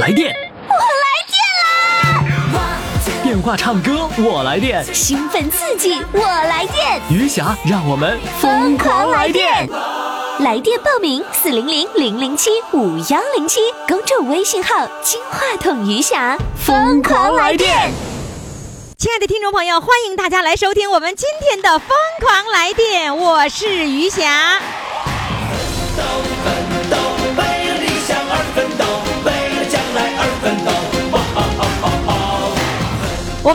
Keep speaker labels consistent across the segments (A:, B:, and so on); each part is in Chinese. A: 来电，我来电啦！电话唱歌，我来电。
B: 兴奋刺激，我来电，
A: 余霞，让我们疯狂来电！
B: 来电报名：四零零零零七五幺零七，公众微信号“金话筒余霞”，疯狂来电。
C: 亲爱的听众朋友，欢迎大家来收听我们今天的《疯狂来电》，我是余霞。我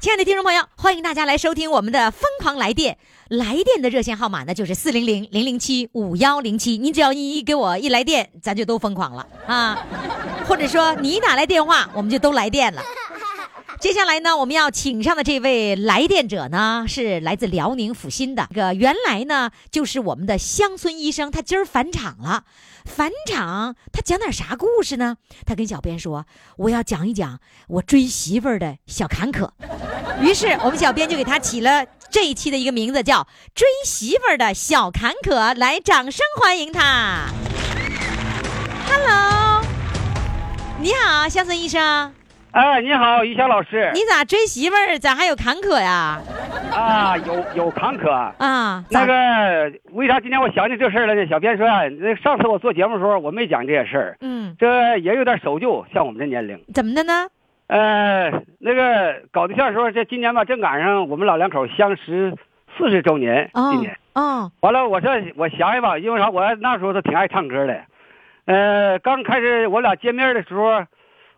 C: 亲爱的听众朋友，欢迎大家来收听我们的《疯狂来电》。来电的热线号码呢，就是四零零零零七五幺零七。你只要一给我一来电，咱就都疯狂了啊！或者说你一打来电话，我们就都来电了。接下来呢，我们要请上的这位来电者呢，是来自辽宁阜新的。这个原来呢，就是我们的乡村医生，他今儿返场了。返场，他讲点啥故事呢？他跟小编说，我要讲一讲我追媳妇儿的小坎坷。于是我们小编就给他起了这一期的一个名字，叫“追媳妇儿的小坎坷”。来，掌声欢迎他。Hello，你好，乡村医生。
D: 哎，你好，于霞老师。
C: 你咋追媳妇儿咋还有坎坷呀？
D: 啊，有有坎坷。
C: 啊，咋
D: 那个，为啥今天我想起这事儿来呢？小编说啊，那上次我做节目的时候，我没讲这些事儿，
C: 嗯，
D: 这也有点守旧，像我们这年龄。
C: 怎么的呢？
D: 呃，那个搞对象的时候，这今年吧，正赶上我们老两口相识四十周年，今年。
C: 哦，
D: 完了，我这我想想吧，因为啥？我那时候都挺爱唱歌的。呃，刚开始我俩见面的时候，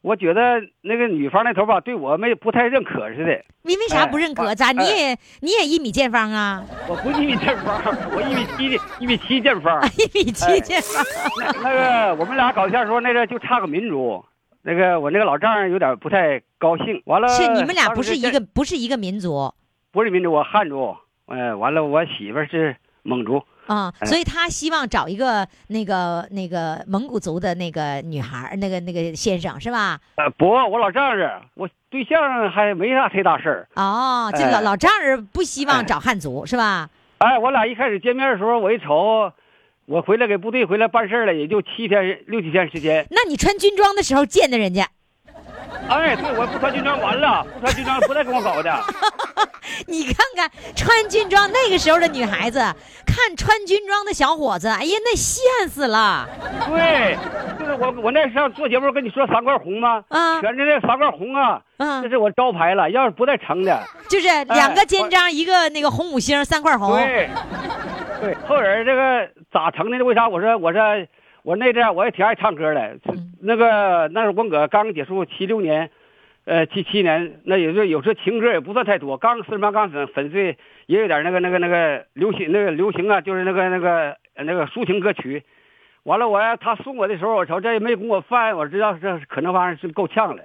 D: 我觉得那个女方那头吧，对我没不太认可似的。
C: 你为啥不认可？
D: 哎
C: 咋
D: 哎
C: 你也你也一米见方啊？
D: 我不一米见方，我一米七的，一米七见方。
C: 一米
D: 哎
C: 七见方。
D: 那那个我们俩搞对象的时候，那个就差个民族，那个我那个老丈人有点不太高兴。完了，
C: 是你们俩不是一
D: 呃当
C: 个
D: 时
C: 不是一个民族
D: 不是民族，我汉族。呃，完了，我媳妇儿是蒙族。
C: 啊，
D: 哎
C: 所以他希望找一个那个那个蒙古族的那个女孩儿，那个那个先生是吧？
D: 呃，不，我老丈人，我对象还没啥太大事儿。
C: 哦，这老
D: 哎
C: 老丈人不希望
D: 哎
C: 找汉族是吧？
D: 哎，我俩一开始见面的时候，我一瞅，我回来给部队回来办事儿了，也就七天六七天时间。
C: 那你穿军装的时候见的人家，
D: 哎，对，我不穿军装完了，不穿军装不带跟我搞的。
C: 你看看穿军装那个时候的女孩子，看穿军装的小伙子，哎呀，那羡死了。
D: 对，就是我我那上做节目跟你说三块红吗？
C: 啊
D: 全是那三块红啊，
C: 嗯
D: 这是我招牌了，要是不带成的，
C: 就是两个肩
D: 我
C: 章，一个那个红五星，三块红。
D: 对，对，后人这个咋成的呢？为啥我说我这我那阵儿我也挺爱唱歌的，
C: 嗯
D: 那个那时候文革刚结束七六年。呃，七七年那也就有时候情歌也不算太多，刚四十八刚粉粉碎，也有点那个那个那个流行那个流行啊，就是那个那个呃那个抒情歌曲。完了，我要他送我的时候，我瞅这也没供我饭，我知道这可能玩意儿是够呛了。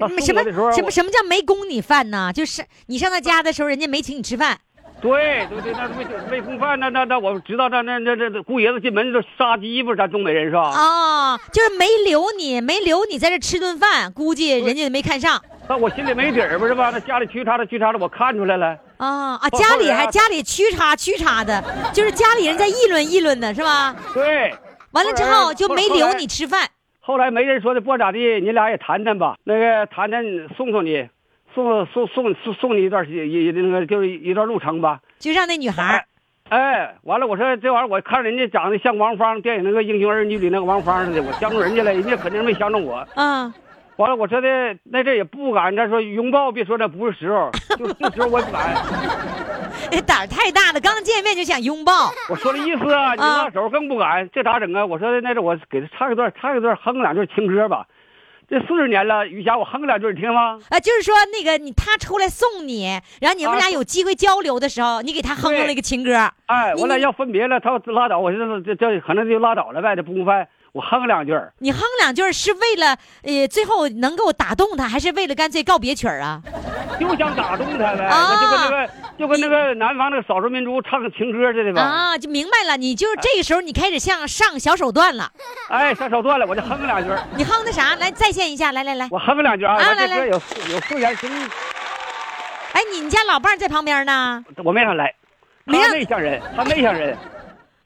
D: 他
C: 嗯什
D: 送
C: 么
D: 我的时候，
C: 什
D: 我
C: 么什么叫没供你饭呢？就是你上他家的时候，人家没请你吃饭。
D: 对对对，那没没空饭，那那那我知道，那那那那那姑爷子进门就杀鸡，不是咱东北人是吧？
C: 哦，就是没留你，没留你在这吃顿饭，估计人家也没看上。
D: 那我心里没底儿不是吧？那家里屈叉的屈叉的，我看出来了。
C: 啊啊，
D: 我
C: 家
D: 后
C: 里
D: 来
C: 还
D: 啊
C: 家里屈叉屈叉的，就是家里人在议论议论的是吧？
D: 对，
C: 完了之
D: 后来
C: 后就
D: 后
C: 没
D: 后
C: 留
D: 来
C: 你吃饭。
D: 后来没人说的，不管咋地，你俩也谈谈吧。那个谈谈送送你，送送送送送你一段一一那个就是一段路程吧。
C: 就让那女孩儿，
D: 哎，完了，我说这玩意儿，我看人家长得像王芳，电影那个《英雄儿女》里那个王芳似的，我相中人家了，人家肯定没相中我。
C: 嗯，
D: 完了，我说的那阵也不敢，咱说拥抱，别说这不是时候，就这时候我敢。
C: 那哎胆儿太大了，刚见面就想拥抱，
D: 我说的意思啊，你
C: 啊
D: 那时候更不敢，这咋整啊？我说的那阵我给他唱一段，唱一段，哼两句情歌吧。这四十年了，余霞，我哼两句，你听吗？
C: 啊，就是说那个你他出来送你，然后你们
D: 啊
C: 俩有机会交流的时候，你给他哼哼了一个情歌。
D: 哎，
C: 你
D: 我俩要分别了，他拉倒，我说这这这可能就拉倒了呗，这不公开。
E: 我哼两句儿，
C: 你哼两句儿是为了呃最后能够打动他，还是为了干脆告别曲儿啊？
E: 就想打动他呗，
C: 啊
E: 那就跟那个就跟那个南方那个少数民族唱情歌似的吧。
C: 啊，就明白了，你就这个时候你开始向上小手段了。
E: 哎，上手段了，我就哼两句儿，
C: 你哼的啥？来再现一下，来来来，
E: 我哼两句
C: 啊
E: 啊，我
C: 来
E: 这
C: 来
E: 歌有四有四弦声，
C: 哎，你你家老伴儿在旁边呢，
E: 我没让来，
C: 没让
E: 他内向人，他内向人，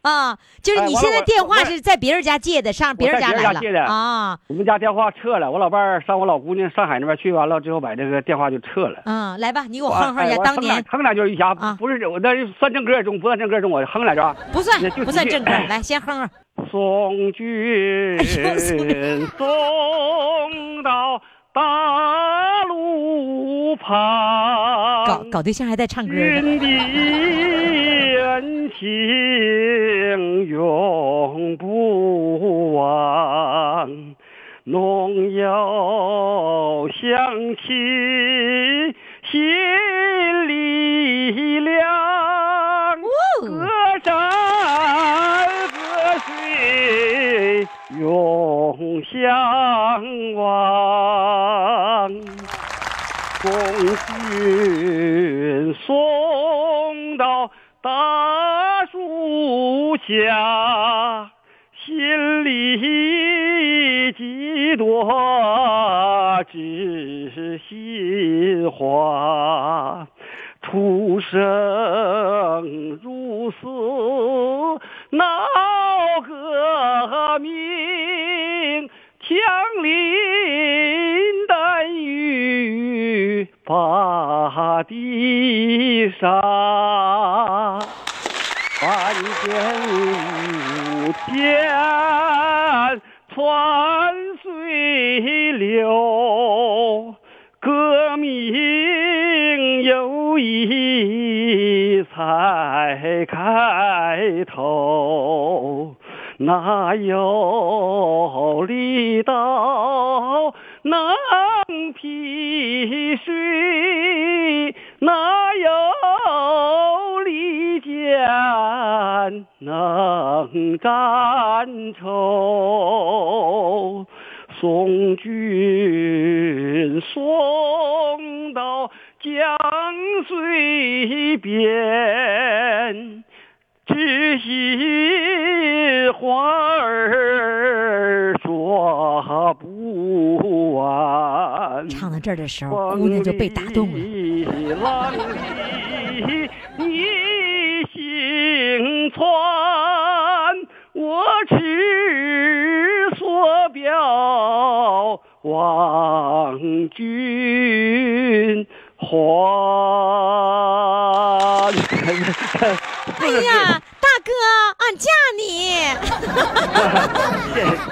C: 啊，就是
E: 哎
C: 你
E: 完了
C: 现在
E: 我
C: 电话
E: 我
C: 是在别人家借的，上别人
E: 在
C: 家
E: 别人
C: 来
E: 家
C: 了
E: 借的
C: 啊，
E: 我们家电话撤了，我老伴儿上我老姑娘上海那边去，完了之后把这个电话就撤了。哎
C: 嗯，来吧，你给我
E: 我
C: 哼哼一下当年
E: 哼两句余霞
C: 啊，
E: 不是我那是算正歌中，不算正歌中，我哼两句啊。
C: 不算
E: 那就啊
C: 不算
E: 直接
C: 正 歌，来先哼哼。
E: 送君
C: 哎呦送君
E: 送到大路
C: 搞
E: 旁，
C: 搞对象还带唱歌的，
E: 君的恩情永不忘，农友乡亲心里凉。
C: 哦
E: 歌山歌水永相望，送君送到大树下，心里几多知心话。出生入死闹革命，枪林弹雨把地杀。万箭无天，穿水流，革命友谊才开头。哪有力道能劈碎？哪有利剑能斩仇？送君送到江水边。只惜花儿说不完，
C: 唱到这儿的时候，啊姑娘就被打动了。
E: 了。浪里你行船，我持所表望君 还。
C: 哎呀，大哥，俺嫁 你！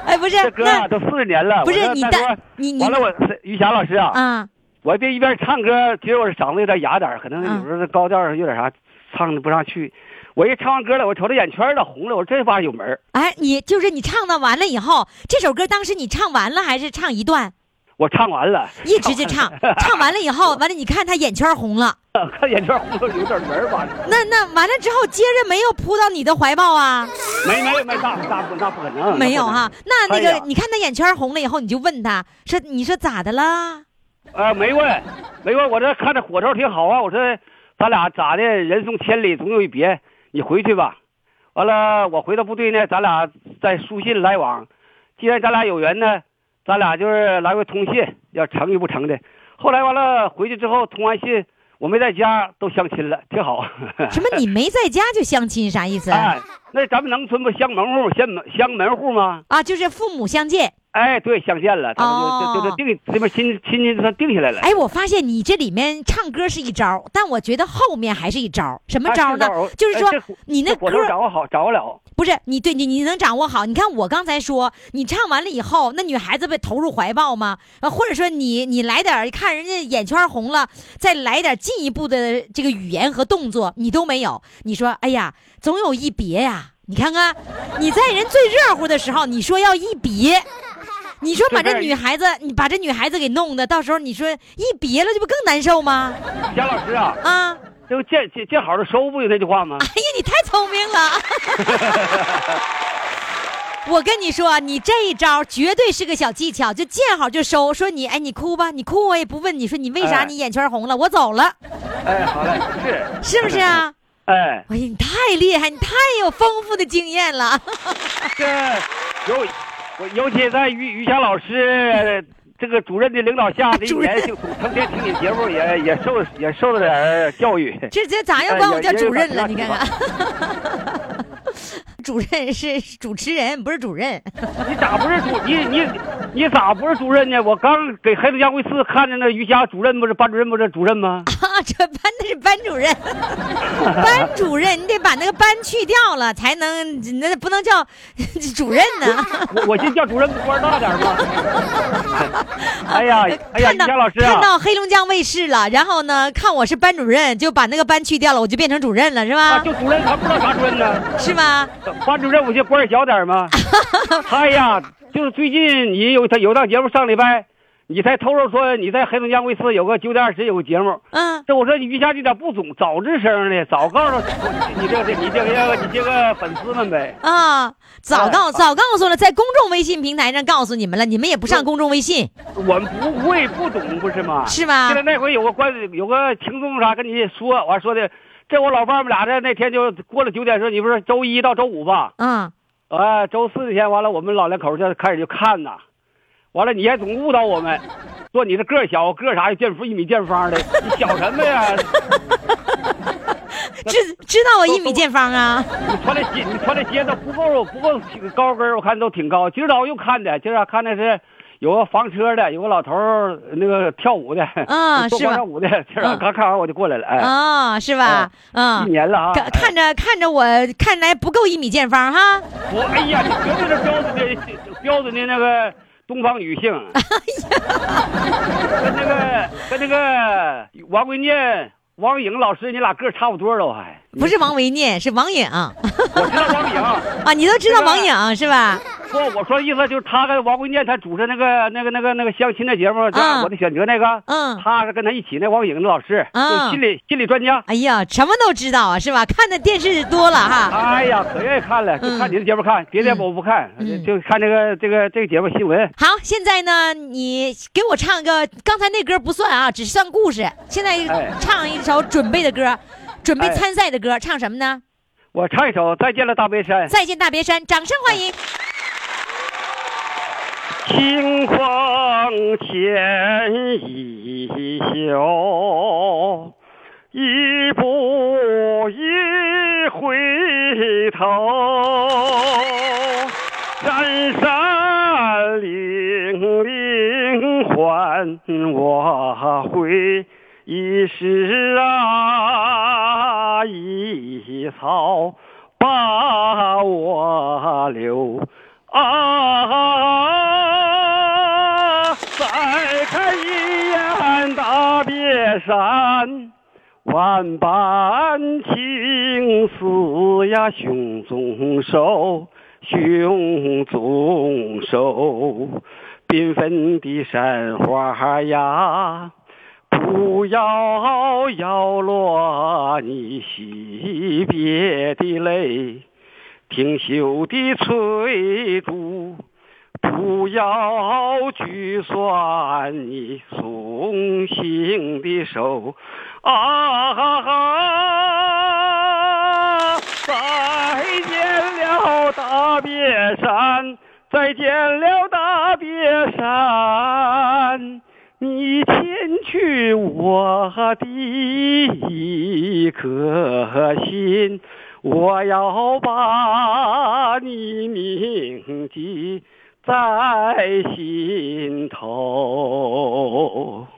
C: 哎，不是
E: 这，歌啊，
C: 那
E: 都四十年了，
C: 不是
E: 我这
C: 你
E: 再
C: 带
E: 说
C: 你你
E: 完了我于霞老师啊，
C: 啊，
E: 我这一边唱歌，其实我嗓子有点哑点儿可能
C: 嗯
E: 有时候高调有点啥，唱的不上去。我一唱完歌了，我瞅着眼圈儿了红了，我说这把有门儿
C: 哎，你就是你唱到完了以后，这首歌当时你唱完了还是唱一段？
E: 我唱完了，
C: 一直就唱，唱完了以后，完了你看他眼圈红了，
E: 看眼圈儿红了有点门儿吧？
C: 那那完了之后，接着没有扑到你的怀抱啊？
E: 没没没，那那不那不可能，
C: 没有
E: 那不可能
C: 哈。那那
E: 哎
C: 个
E: 呀，
C: 你看他眼圈红了以后，你就问他说：“你说咋的啦？
E: 呃，没问，没问，我这看着火头挺好啊。我说，咱俩咋的？人送千里，总有一别。你回去吧。完了，我回到部队呢，咱俩再书信来往。既然咱俩有缘呢，咱俩就是来回通信，要成与不成的。后来完了，回去之后通完信，我没在家，都相亲了，挺好。
C: 什么你没在家就相亲，啥意思？
E: 哎，那咱们农村不相门户、相门相门户吗？
C: 啊，就是父母相见。
E: 哎，对，相见了，咱们就、就
C: 哦
E: 就定这边亲亲戚他定下来了。
C: 哎，我发现你这里面唱歌是一招，但我觉得后面还是一招，什么招呢？
E: 哎这
C: 就是说
E: 哎这
C: 你那
E: 这火
C: 歌
E: 头掌握好，掌握了。
C: 不是你对你你能掌握好？你看我刚才说，你唱完了以后，那女孩子被投入怀抱吗？呃，或者说你你来点儿看人家眼圈红了，再来点进一步的这个语言和动作，你都没有。你说，哎呀，总有一别呀、你看看，你在人最热乎的时候，你说要一别，你说把
E: 就
C: 这
E: 是
C: 女孩子，你把这女孩子给弄的，到时候你说一别了，这不更难受吗？
E: 贾老师啊，
C: 啊，
E: 这不见见见好
C: 哎
E: 的收不就那句话吗
C: 哎？呀，你太聪明了。 我跟你说，你这一招绝对是个小技巧，就见好就收。说你，哎，你哭吧，你哭我也不问你。说你为啥
E: 哎
C: 你眼圈红了？我走了，
E: 哎，好嘞，是，
C: 是不是 啊？
E: 哎，
C: 哎呀，你太厉害，你太有丰富的经验了。
E: 这尤我尤其在于于霞老师这个主任的领导下，这一
C: 主任
E: 年就成天听你节目也，也受也受了点儿教育。
C: 这这咋又
E: 哎
C: 管我
E: 也
C: 叫
E: 也
C: 主
E: 有
C: 任
E: 点
C: 了？
E: 儿
C: 你看看， 主任是是主持人，不是主任。
E: 你咋不是主你你你咋不是主任呢？我刚给黑龙江卫视看见那于霞主任不是班主任不是主任吗？
C: 啊，这班那是班主任，班主任，你得把那个班去掉了，才能那不能叫主任呢。
E: 我我寻思叫主任不官大点儿吗？ 哎呀哎呀，
C: 看
E: 于
C: 到
E: 霞老师
C: 呃看
E: 啊，
C: 到黑龙江卫视了，然后呢，看我是班主任，就把那个班去掉了，我就变成主任了，是
E: 啊
C: 吧？
E: 就主任咱不知道啥主任呢？
C: 是吧？
E: 班主任我就官儿小点儿吗？哎呀，就是最近你有他有档节目上礼拜，你才透露说你在黑龙江卫视有个九点二十有个节目。
C: 嗯，
E: 这我说于霞你咋不总早吱声呢？早告诉你这个你这个你这个粉丝们呗。
C: 啊，
E: 哎
C: 早告早告诉了，在公众微信平台上告诉你们了，你们也不上公众微信，
E: 我们不会不懂，不是吗？
C: 是吧
E: 现在那回有个关有个听众啥跟你说，完说的，这我老伴儿们俩这那天就过了九点说，你不是周一到周五吧？
C: 嗯，
E: 啊，周四那天完了，我们老两口就开始就看呐，完了你还总误导我们，说你这个儿小个儿啥见方一米见方的，你小什么呀？
C: 知知道我一米见方啊，
E: 你穿的鞋你穿的鞋都不够不够高跟儿，我看都挺高。今儿早又看的，今儿、啊、看的是。有个房车的，有个老头儿那个跳舞的，
C: 啊
E: 做
C: 是吧
E: 广场舞的，今儿啊
C: 嗯
E: 刚看完我就过来了，哎，
C: 啊，是吧？嗯
E: 一，年了啊！
C: 看看着看着我，看来不够一米见方哈。
E: 我哎呀，你绝对是标准的标准的那个东方女性，
C: 哎
E: 跟那个跟那个王维念、王颖老师，你俩个儿差不多都还。
C: 不是王维念，是王颖 啊！
E: 我知道王颖，
C: 你都知道王颖是吧？
E: 不，我说的意思就是他跟王维念他主持那个那个那个那个相亲的节目，就
C: 嗯
E: 我的选择那个，
C: 嗯
E: 他是跟他一起那王颖老师，
C: 嗯
E: 就是心理心理专家。
C: 哎呀，什么都知道啊，是吧？看的电视多了哈。
E: 哎呀，可愿意看了，就看你的节目看，别的节目我不看，
C: 嗯
E: 就看这个这个这个节目新闻。
C: 好，现在呢，你给我唱个，刚才那歌不算啊，只算故事。现在
E: 哎
C: 唱一首准备的歌，准备
E: 哎
C: 参赛的歌，唱什么呢？
E: 我唱一首《再见了大别山》。
C: 再见大别山，掌声欢迎。
E: 清风前一宿，一步一回头，山山岭岭唤我回。一时啊，一草把我留啊！再看一眼大别山，万般情丝呀，胸中手，胸中手，缤纷的山花呀。不要摇落你惜别的泪，挺袖的翠竹，不要举酸你送行的手啊！再见了大别山，再见了大别山。你牵去我的一颗心，我要把你铭记在心头。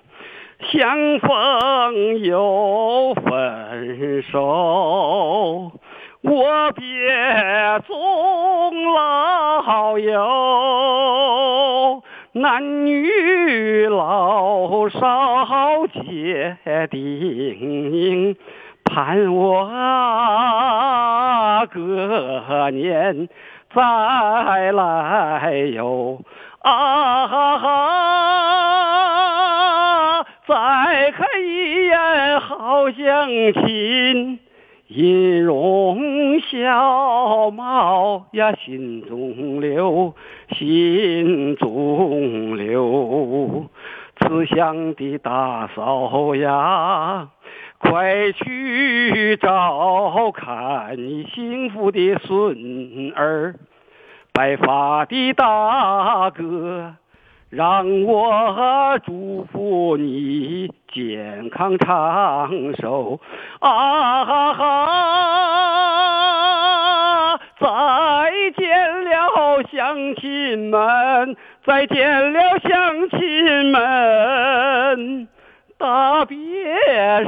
E: 相逢又分手，我别踪老友，男女老少皆叮咛，盼我隔年再来哟。啊啊！再看一眼好乡亲，音容笑貌呀，心中留，心中留。慈祥的大嫂呀，快去照看你幸福的孙儿。白发的大哥，让我祝福你健康长寿啊哈哈！再见了，乡亲们，再见了，乡亲们。大别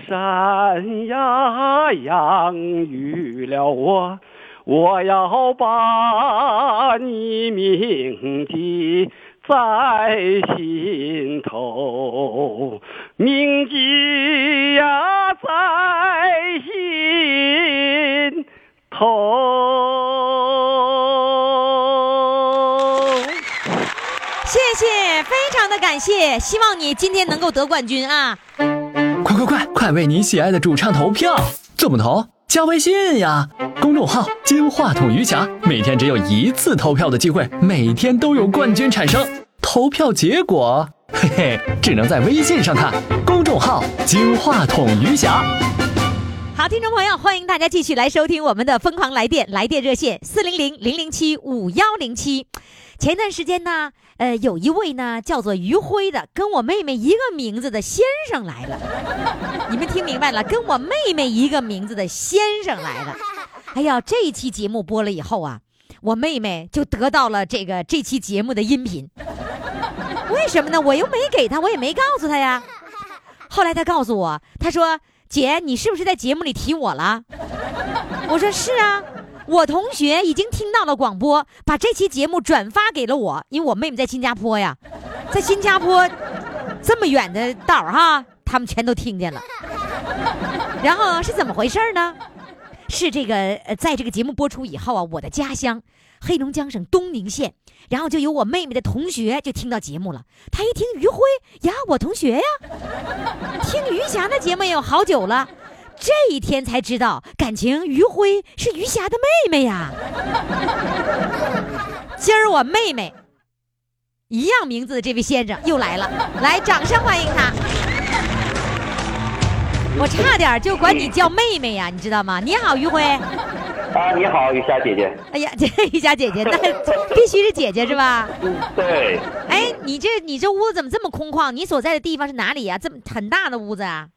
E: 山呀，养育了我，我要把你铭记在心头，铭记呀在心头。
C: 谢谢，非常的感谢，希望你今天能够得冠军啊！
A: 快快快，快为你喜爱的主唱投票！怎么投？加微信呀，公众号“金话筒余霞”，每天只有一次投票的机会，每天都有冠军产生。投票结果，嘿嘿，只能在微信上看。公众号“金话筒余霞”。
C: 好，听众朋友，欢迎大家继续来收听我们的《疯狂来电》，来电热线四零零零零七五幺零七。前段时间呢，呃，有一位呢叫做于辉的，跟我妹妹一个名字的先生来了。你们听明白了，跟我妹妹一个名字的先生来了。哎呀，这一期节目播了以后啊，我妹妹就得到了这个这期节目的音频。为什么呢？我又没给她，我也没告诉她呀。后来她告诉我，她说：“姐，你是不是在节目里提我了？”我说：“是啊，我同学已经听到了广播，把这期节目转发给了我，因为我妹妹在新加坡呀，在新加坡这么远的道儿哈，他们全都听见了。然后是怎么回事儿呢？是这个呃，在这个节目播出以后啊，我的家乡黑龙江省东宁县，然后就有我妹妹的同学就听到节目了，她一听于辉呀，我同学呀，听于霞的节目也有好久了。这一天才知道，感情于辉是于霞的妹妹呀。今儿我妹妹一样名字的这位先生又来了，来，掌声欢迎他。我差点就管你叫妹妹呀，你知道吗？你好，于辉。
F: 啊，你好，雨霞姐姐。
C: 哎呀， 这一家姐姐，那必须是姐姐是吧？
F: 嗯，对，
C: 哎，你这你这屋子怎么这么空旷？你所在的地方是哪里呀、这么很大的屋子啊？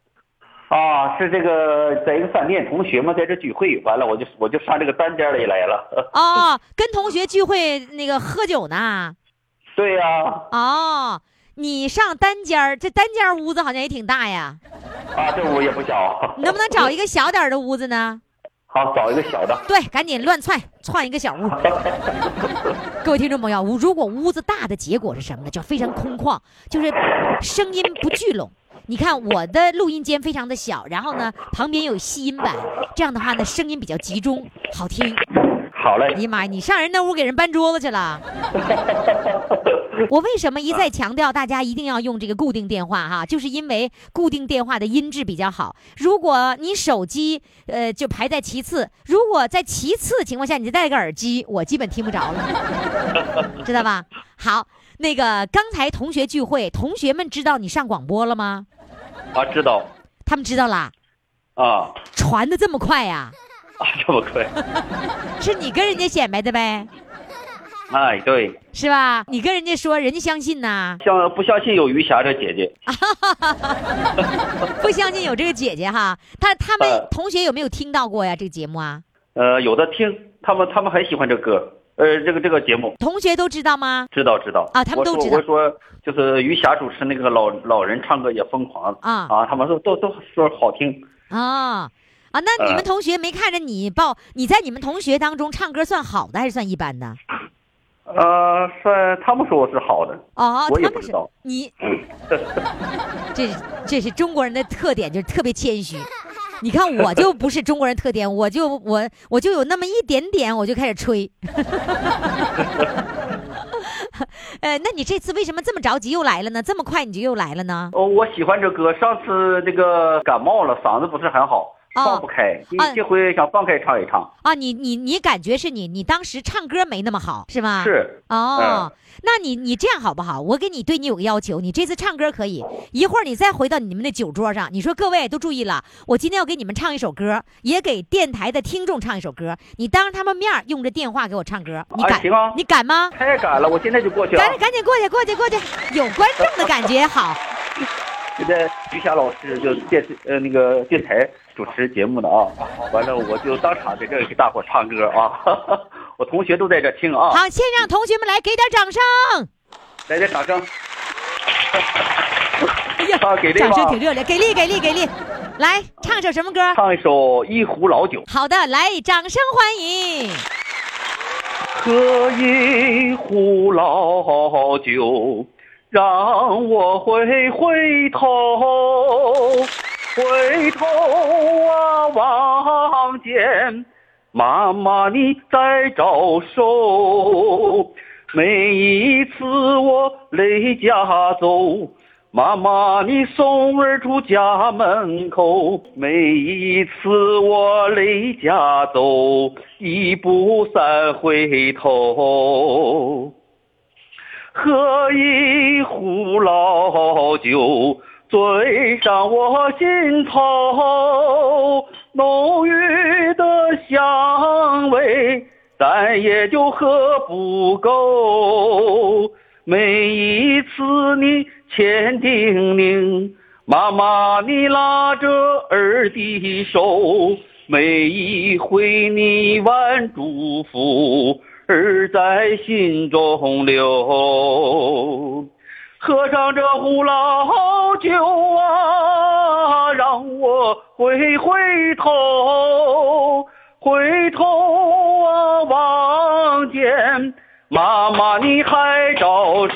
F: 啊，是这个在一个饭店，同学们在这聚会，完了我就我就上这个单间里来了。
C: 哦，跟同学聚会那个喝酒呢？
F: 对呀、
C: 哦，你上单间儿，这单间儿屋子好像也挺大呀，
F: 啊，这屋也不小
C: 你，能不能找一个小点儿的屋子呢？
F: 好找一个小的。
C: 对，赶紧乱窜窜一个小屋。各位听众朋友，如果屋子大的结果是什么呢？就非常空旷，就是声音不聚拢。你看我的录音间非常的小，然后呢旁边有吸音板，这样的话呢声音比较集中，好听。
F: 好嘞
C: 哎，呀妈呀，你上人那屋给人搬桌子去了？我为什么一再强调大家一定要用这个固定电话哈、就是因为固定电话的音质比较好。如果你手机呃就排在其次，如果在其次的情况下你再戴个耳机，我基本听不着了，知道吧？好，那个刚才同学聚会，同学们知道你上广播了吗？
F: 啊，知道
C: 他们知道啦，
F: 啊
C: 传的这么快呀、
F: 啊，这么快。
C: 是你跟人家显摆的呗，
F: 哎，对，
C: 是吧？你跟人家说，人家相信呐、
F: 像不相信有于霞这姐姐？
C: 不相信有这个姐姐哈？他他们
F: 呃
C: 同学有没有听到过呀？这个节目啊，
F: 呃，有的听，他们他们很喜欢这歌，呃，这个这个节目。
C: 同学都知道吗？
F: 知道知道
C: 啊他们都知道
F: 我说我说就是于霞主持那个老老人唱歌也疯狂
C: 啊
F: 啊，他们说都都说好听。
C: 啊啊，那你们
F: 呃
C: 同学没看着你报？你在你们同学当中唱歌算好的还是算一般的？
F: 呃，算他们说我是好的，
C: 哦，
F: 我也
C: 他
F: 不
C: 们是
F: 知道
C: 你， 这是这是中国人的特点，就是特别谦虚。你看我就不是中国人特点， 我就我我就有那么一点点，我就开始吹。 呃，那你这次为什么这么着急又来了呢？这么快你就又来了呢？
F: 哦，我喜欢这歌。上次那个感冒了，嗓子不是很好，放
C: 哦
F: 不开。这
C: 啊
F: 这回想放开唱一唱，
C: 啊，你你你感觉是你你当时唱歌没那么好是吧？。
F: 是嗯
C: 哦，那你你这样好不好？我给你对你有个要求，你这次唱歌可以，一会儿你再回到你们的酒桌上，你说各位都注意了，我今天要给你们唱一首歌，也给电台的听众唱一首歌，你当着他们面儿用着电话给我唱歌，你
F: 哎
C: 敢？
F: 行啊
C: 你敢 吗？
F: 太赶了，我现在就过去啊
C: 赶。紧赶紧过去过去过去，有观众的感觉 好。
F: 现在于霞老师就是电视呃那个电台主持节目的啊，完了我就当场在这儿给大伙儿唱歌啊， 我同学都在这儿听啊，
C: 好，先让同学们来给点掌声。
F: 来点掌声。
C: 哎呀
F: 啊给，力
C: 掌声
F: 吧
C: 挺热烈，给力给力给力！来唱首什么歌？
F: 唱一首《一壶老酒》。
C: 好的，来掌声欢迎。
F: 喝一壶老酒，让我回回头，回头啊，望见妈妈你在招手。每一次我累家走，妈妈你送儿出家门口。每一次我累家走，一步三回头。喝一壶老酒，醉上我心头，浓郁的香味，咱也就喝不够。每一次你千叮咛，妈妈你拉着儿的手，每一回你万嘱咐，儿在心中留。喝上这壶老酒啊，让我回回头，回头啊，望见妈妈你还招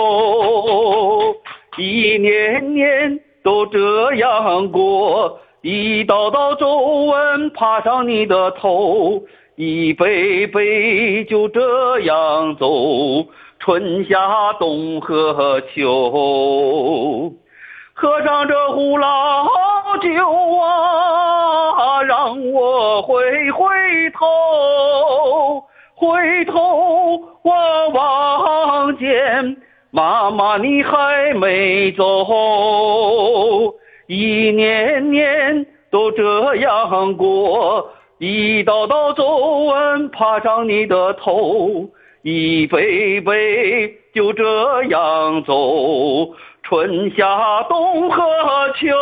F: 手，一年年都这样过，一道道皱纹爬上你的头，一杯杯就这样走，春夏冬和秋。喝上这壶老酒啊，让我回回头，回头我望见妈妈你还没走，一年年都这样过，一道道皱纹爬上你的头。一杯杯就这样走，春夏冬和秋。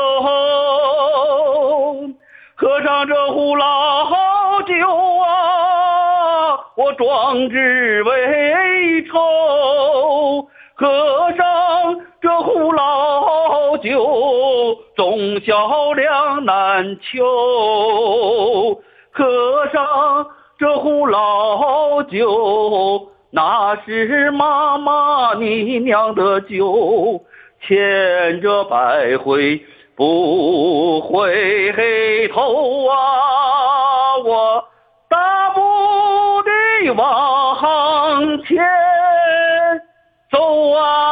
F: 喝上这壶老酒啊，我壮志未酬。喝上这壶老酒，忠孝两难求。喝上这壶老酒，那是妈妈你酿的酒，千折百回不回头啊！我大步地往前走啊！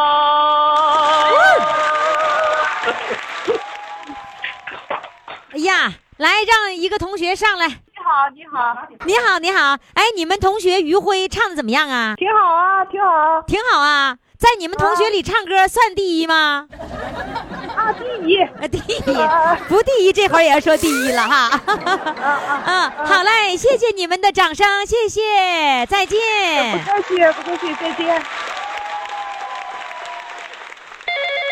C: 哎呀，来让一个同学上来。
G: 你好，你好，
C: 你好，你好，哎，你们同学于辉唱的怎么样啊？
G: 挺好啊，挺好啊
C: 挺好啊，在你们同学里唱歌算第一吗？
G: 啊，啊第一，
C: 呃，第一，不第一，这会儿也要说第一了哈。
G: 啊
C: 嗯，好嘞，谢谢你们的掌声，谢谢，再见。
G: 哎不客气，不客气，再见。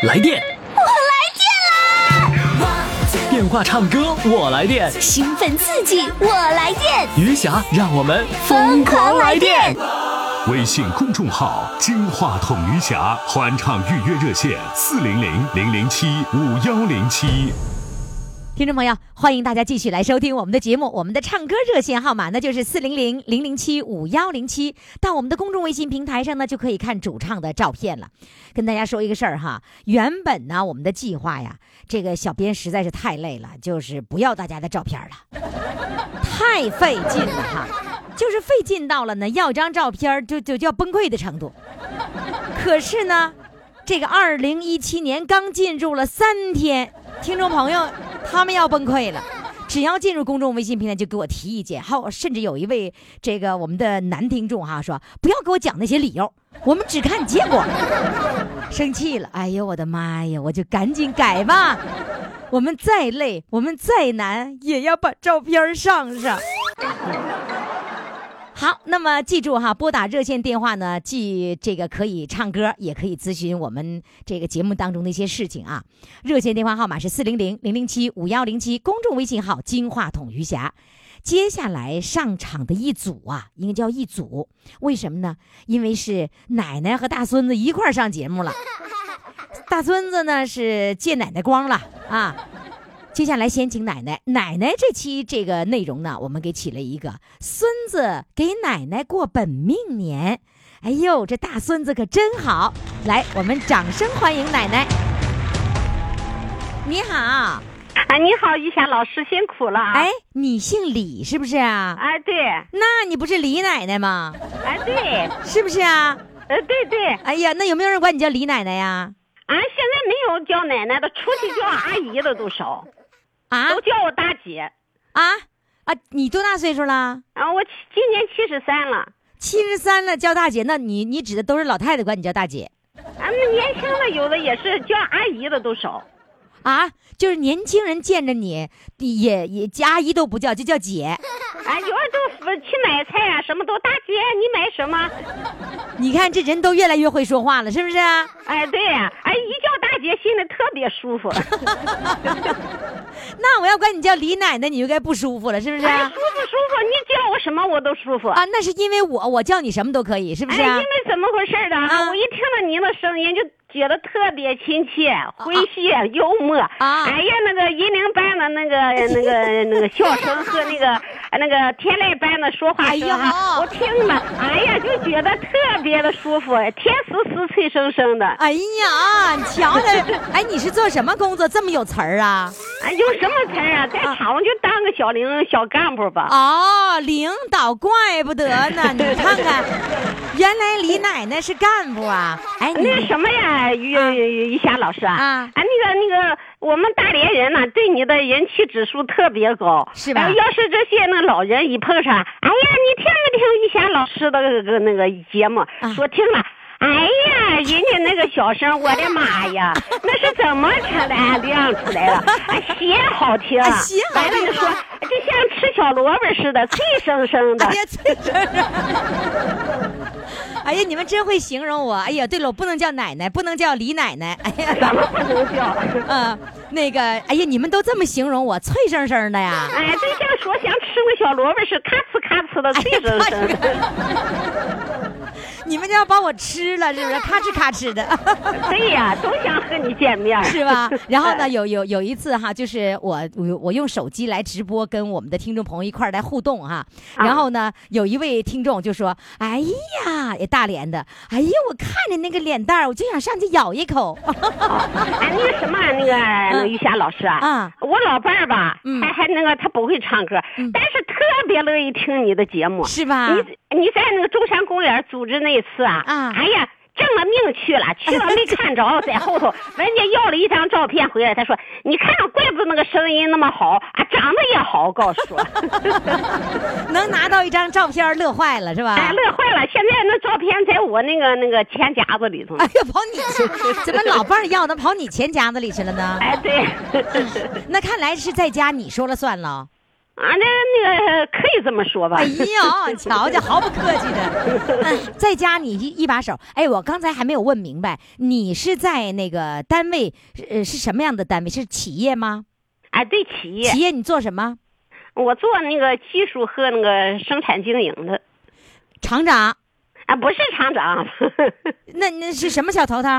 A: 来电，我来电啦！电话唱歌，我来电。
B: 兴奋刺激，我来电，
A: 余霞，让我们
B: 疯狂来电！
H: 微信公众号“金话筒余霞”欢唱预约热线：四零零零零七五幺零七。
C: 听众朋友，欢迎大家继续来收听我们的节目。我们的唱歌热线号码呢就是四零零零零七五幺零七，到我们的公众微信平台上呢就可以看主唱的照片了。跟大家说一个事儿哈，原本呢我们的计划呀，这个小编实在是太累了，就是不要大家的照片了，太费劲了哈，就是费劲到了呢要一张照片儿就就就要崩溃的程度。可是呢，这个二零一七年刚进入了三天，听众朋友他们要崩溃了。只要进入公众微信平台就给我提意见。好，甚至有一位这个我们的男听众哈说，不要给我讲那些理由，我们只看结果。生气了，哎呦我的妈呀，我就赶紧改吧。我们再累，我们再难，也要把照片上上。好，那么记住哈，拨打热线电话呢，既这个可以唱歌，也可以咨询我们这个节目当中的一些事情啊。热线电话号码是四零零零零七五幺零七，公众微信号“金话筒余霞”。接下来上场的一组啊，应该叫一组，为什么呢？因为是奶奶和大孙子一块儿上节目了。大孙子呢是借奶奶光了啊。接下来先请奶奶，奶奶这期这个内容呢，我们给起了一个孙子给奶奶过本命年。哎呦，这大孙子可真好！来，我们掌声欢迎奶奶。你好，
I: 啊，你好，于霞老师辛苦了啊！
C: 哎，你姓李是不是啊？
I: 哎，对，
C: 那你不是李奶奶吗？
I: 哎对，
C: 是不是啊？
I: 呃，对对，
C: 哎呀，那有没有人管你叫李奶奶呀？
I: 俺、现在没有叫奶奶的，出去叫阿姨的都少，
C: 啊
I: 都叫我大姐。
C: 啊啊！你多大岁数了？
I: 啊，我七今年七十三了，啊
C: 七十三了，叫大姐，那你你指的都是老太太管你叫大姐
I: 俺们年轻的有的也是叫阿姨的都少。
C: 啊？就是年轻人见着你，也也阿姨都不叫，就叫姐。
I: 啊，有的都是去买菜啊，什么都大姐，你买什么？
C: 你看这人都越来越会说话了，是不是啊？
I: 哎，对呀、哎，一叫大姐心里特别舒服，
C: 那我要管你叫李奶奶，你就该不舒服了，是不是
I: 哎，
C: 啊
I: 舒？服舒服，你叫我什么我都舒服。
C: 啊，那是因为我我叫你什么都可以，是不
I: 哎，
C: 是
I: 因
C: 啊？
I: 为怎么回事儿的
C: 啊
I: 啊？我一听到您的声音就觉得特别亲切、诙谐、幽默。
C: 啊
I: 哎呀，那个银铃班的那个、那个、 那个笑声和那个、那个天籁班的说话声
C: 哎
I: 啊，
C: 呦
I: 我听了，哎呀，就觉得特别的舒服，甜丝丝、脆生生的。
C: 哎呀，你瞧着，哎，你是做什么工作这么有词儿啊？
I: 哎，有什么词儿啊？在厂上就当个小领小干部吧。
C: 哦，领导，怪不得呢！你看看，原来李奶奶是干部啊！哎，
I: 那个
C: 你
I: 什么呀，于
C: 啊
I: 于于霞老师啊，
C: 啊
I: 哎，那个那个，我们大连人呐、对你的人气指数特别高，
C: 是吧
I: 哎要是这些那老人一碰上，哎呀，你听没听于霞老师的那个那个节目？
C: 啊
I: 说听了。哎呀，人家那个小声，我的妈 呀，那是怎么出来亮出来了？哎，鞋好听，啊
C: 哎鞋好
I: 完了
C: 听
I: 就说
C: 啊哎
I: 就像吃小萝卜似的，脆生生的
C: 哎。呀，这真是！ 哎呀，你们真会形容我！哎呀，对了，我不能叫奶奶，不能叫李奶奶。哎呀，
I: 咱们不能叫？
C: 呃，那个，哎呀，你们都这么形容我，脆生生的呀！
I: 哎，对象说想吃个小萝卜是咔哧咔哧
C: 哎
I: 的脆生生的，
C: 你们就要把我吃了，是不是？咔哧咔哧的。
I: 对呀、都想和你见面儿，
C: 是吧？然后呢，有有有一次哈，就是我我我用手机来直播，跟我们的听众朋友一块儿来互动哈。
I: 啊
C: 然后呢，有一位听众就说：“哎呀，也大连的，哎呀，我看着那个脸蛋儿，我就想上去咬一口。
I: 哎，那个什么，那个那个于霞老师啊，
C: 啊
I: 我老伴儿吧，
C: 嗯
I: 还还那个他不会唱歌，但是特别乐意听你的节目，
C: 是吧
I: 你你在那个中山公园组织那次啊，
C: 啊
I: 哎呀。挣了命去了，去了没看着，在后 头，人家要了一张照片回来，他说：“你看，怪不得那个声音那么好啊，长得也好。”告诉 我，哎
C: 能拿到一张照片儿，乐坏了是吧？
I: 哎，乐坏了！现在那照片在我那个那个钱夹子里头呢
C: 哎。呀，跑你去！怎么老伴儿要的跑你钱夹子里去 了呢？
I: 哎，对，
C: 那看来是在家你说了 算了。
I: 啊，那那个可以这么说吧。
C: 哎呦，瞧瞧，毫不客气 的。哎在家你一一把手。哎，我刚才还没有问明白，你是在那个单位，呃，是什么样的单位？是企业吗？
I: 哎，对企业，
C: 企业你做什么？
I: 我做那个技术和那个生产经营的，
C: 厂长？
I: 啊，不是厂长。
C: 那那是什么小头头？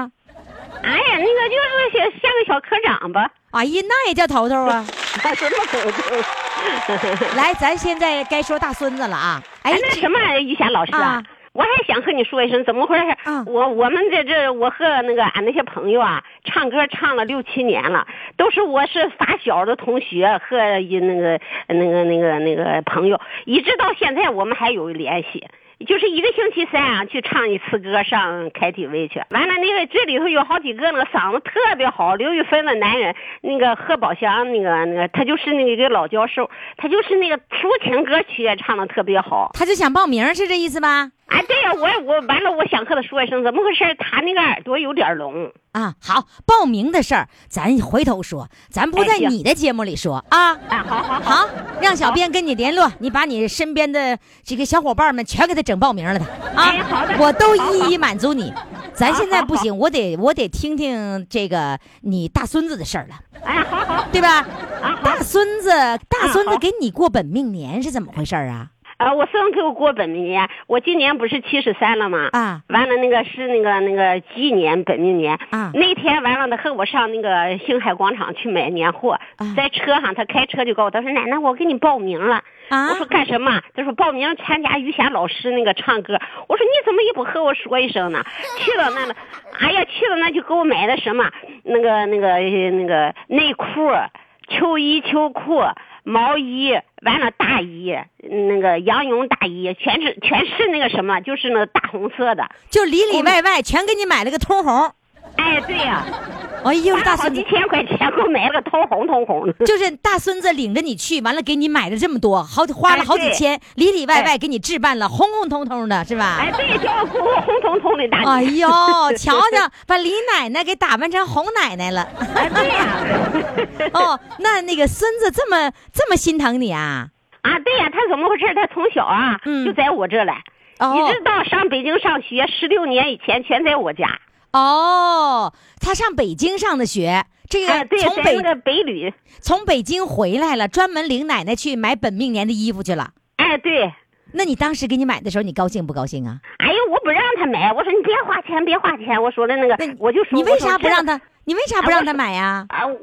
I: 哎呀，那个就是像像个小科长吧。
C: 哎呀，那也叫头头啊！
I: 啊，什么口头？
C: 来，咱现在该说大孙子了啊！
I: 哎
C: 哎，，
I: 那
C: 这
I: 什么，于霞老师
C: 啊
I: 啊。我还想和你说一声，怎么回事？
C: 啊
I: 我我们在这，我和那个俺那些朋友啊，唱歌唱了六七年了，都是我是发小的同学和一那个那个那个那个朋友，一直到现在我们还有联系。就是一个星期三啊，去唱一次歌，上开体位去。完了，那个这里头有好几个那个嗓子特别好，刘玉芬的男人，那个贺宝祥，那个那个他就是那个一个老教授，他就是那个抒情歌曲也唱的特别好。
C: 他就想报名，是这意思吧？
I: 啊，对呀、我我完了，我想和他说一声，怎么回事？他那个耳朵有点聋。
C: 啊，好，报名的事儿咱回头说，咱不
I: 哎
C: 在
I: 行
C: 你的节目里说啊。
I: 啊，好好好，
C: 好，让小编跟你联络，你把你身边的这个小伙伴们全给他整报名了的啊
I: 哎好的，
C: 我都一一满足你。咱现在不行，我得我得听听这个你大孙子的事儿了，
I: 哎，好好。
C: 对吧？
I: 啊好
C: 大孙子，大孙
I: 啊
C: 子
I: 好
C: 给你过本命年是怎么回事儿啊？
I: 啊，我孙子给我过本命年，我今年不是七十三了吗？
C: 啊
I: 完了那个是那个那个鸡年本命年
C: 啊
I: 那天完了，他和我上那个星海广场去买年货，
C: 啊
I: 在车上他开车就告诉我，他说奶奶我给你报名了。
C: 啊
I: 我说干什么？他说报名参加于霞老师那个唱歌。我说你怎么也不和我说一声呢？去了那了，哎呀，去了那就给我买的什么那个那个呃那个内裤、秋衣秋裤、毛衣，完了大衣，那个羊绒大衣，全是全是那个什么，就是那个大红色的。
C: 就里里外外全给你买了个通红。
I: 哎，对 呀、
C: 哎呦，
I: 花了
C: 大
I: 好
C: 孙
I: 几
C: 子
I: 千块钱给我买了个通红通红 的。
C: 就是大孙子领着你去，完了给你买了这么多，好花了
I: 哎
C: 好几
I: 对
C: 千，里里
I: 哎
C: 外外给你置办了，红红彤彤的是吧？
I: 哎，对，叫我给我红彤彤的大
C: 哎
I: 衣。
C: 呦，瞧瞧，把李奶奶给打扮成红奶奶 了。
I: 哎，对呀、
C: 哦，那那个孙子这么这么心疼你啊？
I: 啊，对呀、他怎么回事？他从小啊，
C: 嗯
I: 就在我这来，
C: 哦
I: 一直到上北京上学，十六年以前全在我家。
C: 哦，他上北京上的学，这
I: 哎，
C: 个
I: 对，
C: 从
I: 在
C: 北、
I: 那个北旅。
C: 从北京回来了，专门领奶奶去买本命年的衣服去了。
I: 哎，对。
C: 那你当时给你买的时候，你高兴不高兴啊？
I: 哎呀，我不让他买，我说你别花钱，别花钱。我说的那个，我就说
C: 你为啥不让？
I: 我说这
C: 他？你为啥不让他买呀、
I: 啊，我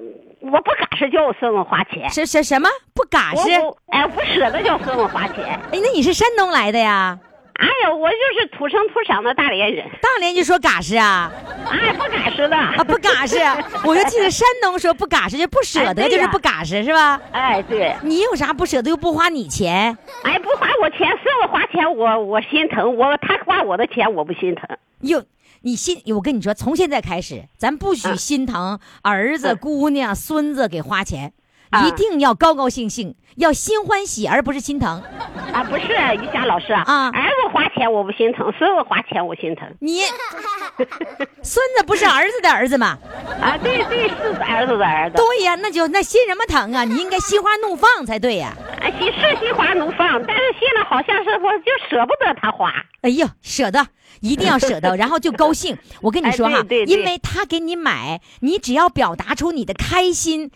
I: 我不嘎实叫我孙子花钱，
C: 什什什么不嘎实？
I: 我我哎，不舍得叫孙子花钱。
C: 哎，那你是山东来的呀？
I: 哎呀，我就是土生土长的大连人，
C: 大连就说嘎实啊？
I: 哎，不嘎实的。
C: 啊，不 嘎实，我就记得山东说不嘎实就不舍得，
I: 哎对呀
C: 就是不嘎实，是吧？
I: 哎，对，
C: 你有啥不舍得又不花你钱？
I: 哎，不花我钱，孙子花钱我我心疼，我他花我的钱我不心疼。
C: 又你心，我跟你说，从现在开始，咱不许心疼儿子、
I: 嗯
C: 姑娘、孙子给花钱，
I: 啊
C: 一定要高高兴兴，要心欢喜，而不是心疼。
I: 啊，不是于霞老师
C: 啊
I: 儿子花钱我不心疼，孙子花钱我心疼。
C: 你孙子不是儿子的儿子吗？
I: 啊，对对，是儿子的儿子，
C: 对呀，那就那心什么疼啊？你应该心花怒放才对呀。
I: 啊，心是心花怒放，但是心里好像是我就舍不得他花。
C: 哎呦，舍得，一定要舍 得，然后就高兴。我跟你说哈，
I: 哎对对对
C: 因为他给你买，你只要表达出你的开心。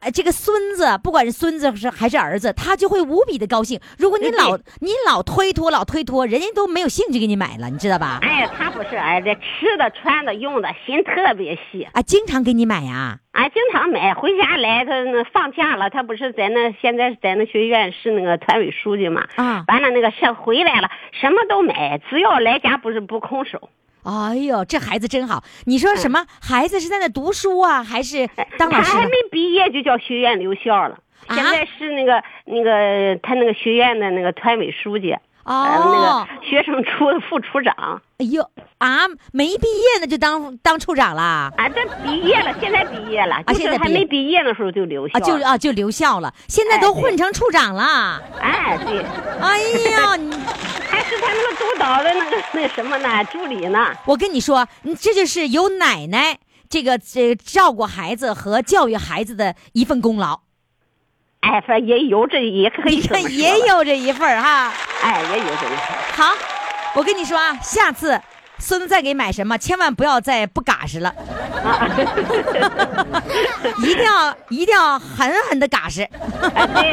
C: 呃，这个孙子，不管是孙子是还是儿子，他就会无比的高兴。如果你
I: 对
C: 老你老推脱，老推脱，人家都没有兴趣给你买了，你知道吧？
I: 哎，他不是哎，这吃的、穿的、用的，心特别细。
C: 啊，经常给你买呀、
I: 俺经常买，回家来他那放假了，他不是在那现在在那学院是那个团委书记嘛？
C: 啊
I: 完了那个是回来了，什么都买，只要来家不是不空手。
C: 哎呦，这孩子真好！你说什么？孩子是在那读书啊，还是当老师
I: 嗯他还
C: 呢
I: 没？毕业就叫学院留校了，
C: 啊
I: 现在是那个那个他那个学院的那个团委书记，
C: 哦
I: 呃，，那个学生处副处长。
C: 哎呦啊，没毕业呢就当当处长啦？
I: 啊，这毕业了，现在毕业了，就
C: 啊现
I: 是
C: 在
I: 还
C: 毕业
I: 没毕业的时候就留校
C: 啊，就
I: 了。
C: 啊就留校了，现在
I: 哎
C: 都
I: 对
C: 混成处长了。
I: 哎，对，
C: 哎呀，你
I: 还是他那个督导的那个那个什么呢，助理呢。
C: 我跟你说，你这就是有奶奶这个这照顾孩子和教育孩子的一份功劳。
I: 哎，反正也有这也可以
C: 你
I: 这么说吧
C: 看 也，有这一份儿哈。
I: 哎，也有这个。
C: 好，我跟你说啊，下次孙子再给买什么，千万不要再不嘎 实了，一定要一定要狠狠的嘎实。
I: 哎，对，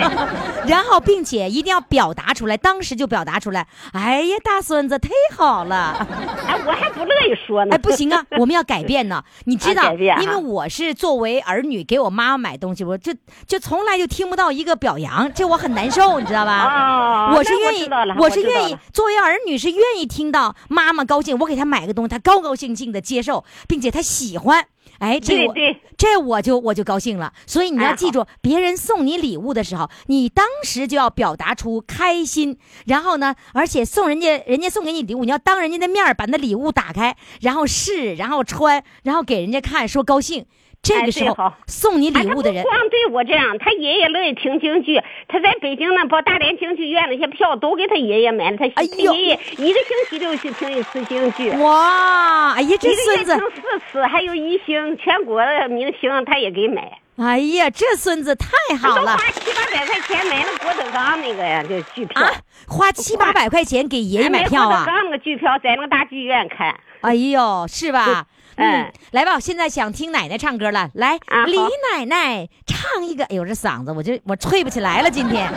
C: 然后，并且一定要表达出来，当时就表达出来。哎呀，大孙子太好了！
I: 哎，我还不乐意说呢。
C: 哎，不行啊，我们要改变呢。你知道，
I: 改变啊
C: 因为我是作为儿女给我妈妈买东西，我就就从来就听不到一个表扬，这我很难受，你知道吧？
I: 啊，
C: 我是
I: 那
C: 愿
I: 知
C: 意
I: 道了，
C: 我
I: 我
C: 是
I: 知道
C: 愿意
I: 了，
C: 作为儿女是愿意听到妈妈高兴，我给她买个东西，她高高兴兴的接受，并且她喜欢。哎，这我
J: 对对
C: 这我就我就高兴了。所以你要
J: 哎
C: 记住，别人送你礼物的时候，你当时就要表达出开心，然后呢，而且送人家人家送给你礼物，你要当人家的面儿把那礼物打开，然后试，然后穿，然后给人家看，说高兴。这
J: 哎
C: 个
J: 对
C: 时候、
J: 好
C: 送你
J: 哎
C: 礼物的人
J: 他不光对我这样，他爷爷乐意听京剧。他在北京呢，把大连京剧院那些票都给他爷爷买了。他、
C: 哎
J: 他
C: 呦
J: 爷爷一个星期就去听一次京剧，
C: 哇，哎呀，这
J: 一个月
C: 孙子
J: 听，四次，还有一星，全国的明星他也给买。
C: 哎呀，这孙子太
J: 他
C: 好
J: 都
C: 了
J: 花。七八百块钱买了郭德纲那个呀，这剧票。
C: 啊，花七八百块钱给爷爷买票
J: 还买郭德
C: 啊！
J: 纲那个剧票在那个大剧院看。
C: 哎呦，是吧？嗯
J: 哎，
C: 来吧，现在想听奶奶唱歌了，来，
J: 啊好
C: 李奶奶唱一个。哎呦，这嗓子，我就我吹不起来了，今天，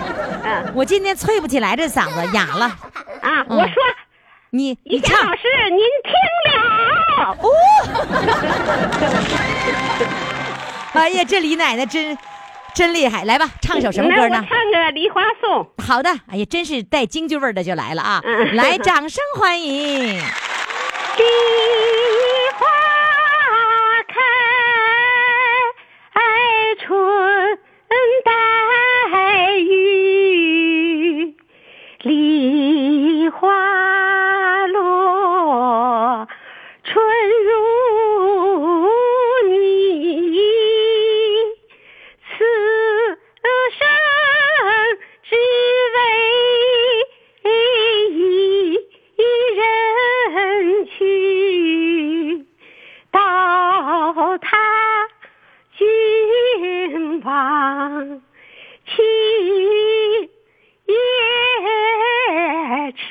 J: 嗯
C: 我今天吹不起来，这嗓子哑了。
J: 啊，我说
C: 你
J: 于
C: 嗯你
J: 谦
C: 唱哦
J: 老，师，您听了。
C: 哎呀，这李奶奶真真厉害，来吧，唱首什么歌呢
J: 那嗯我？唱个《梨花颂》。
C: 好的，哎呀，真是带京剧味儿的就来了啊！
J: 嗯
C: 来，掌声欢迎。
J: 梨花开，春带雨；梨花落，春如泥。此生只为一人去，到他君王去也迟，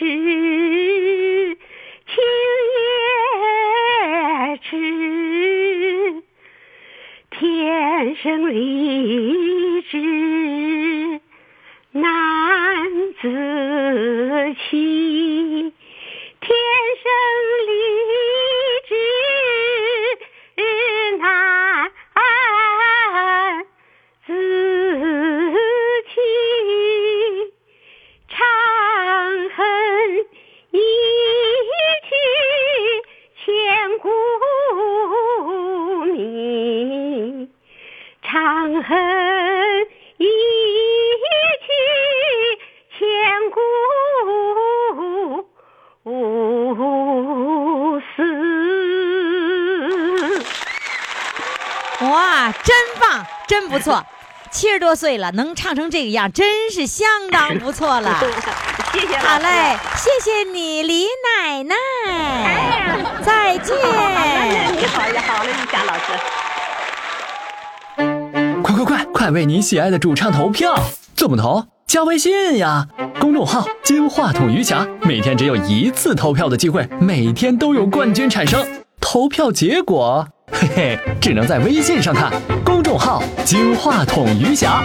J: 情也迟。天生丽质难自弃，天生丽质难自弃。长恨一曲千古名，长恨一曲千古无私。
C: 哇，真棒，真不错。七十多岁了，能唱成这个样，真是相当不错了。
J: 谢谢
C: 好
J: 老师。
C: 嘞，谢谢你，李奶奶。再见。
J: 你好呀，好嘞，李霞老师。
A: 快快快，快为你喜爱的主唱投票！怎么投？加微信呀，公众号“金话筒余霞”，每天只有一次投票的机会，每天都有冠军产生。投票结果，嘿嘿，只能在微信上看。公众号“金话筒余霞”。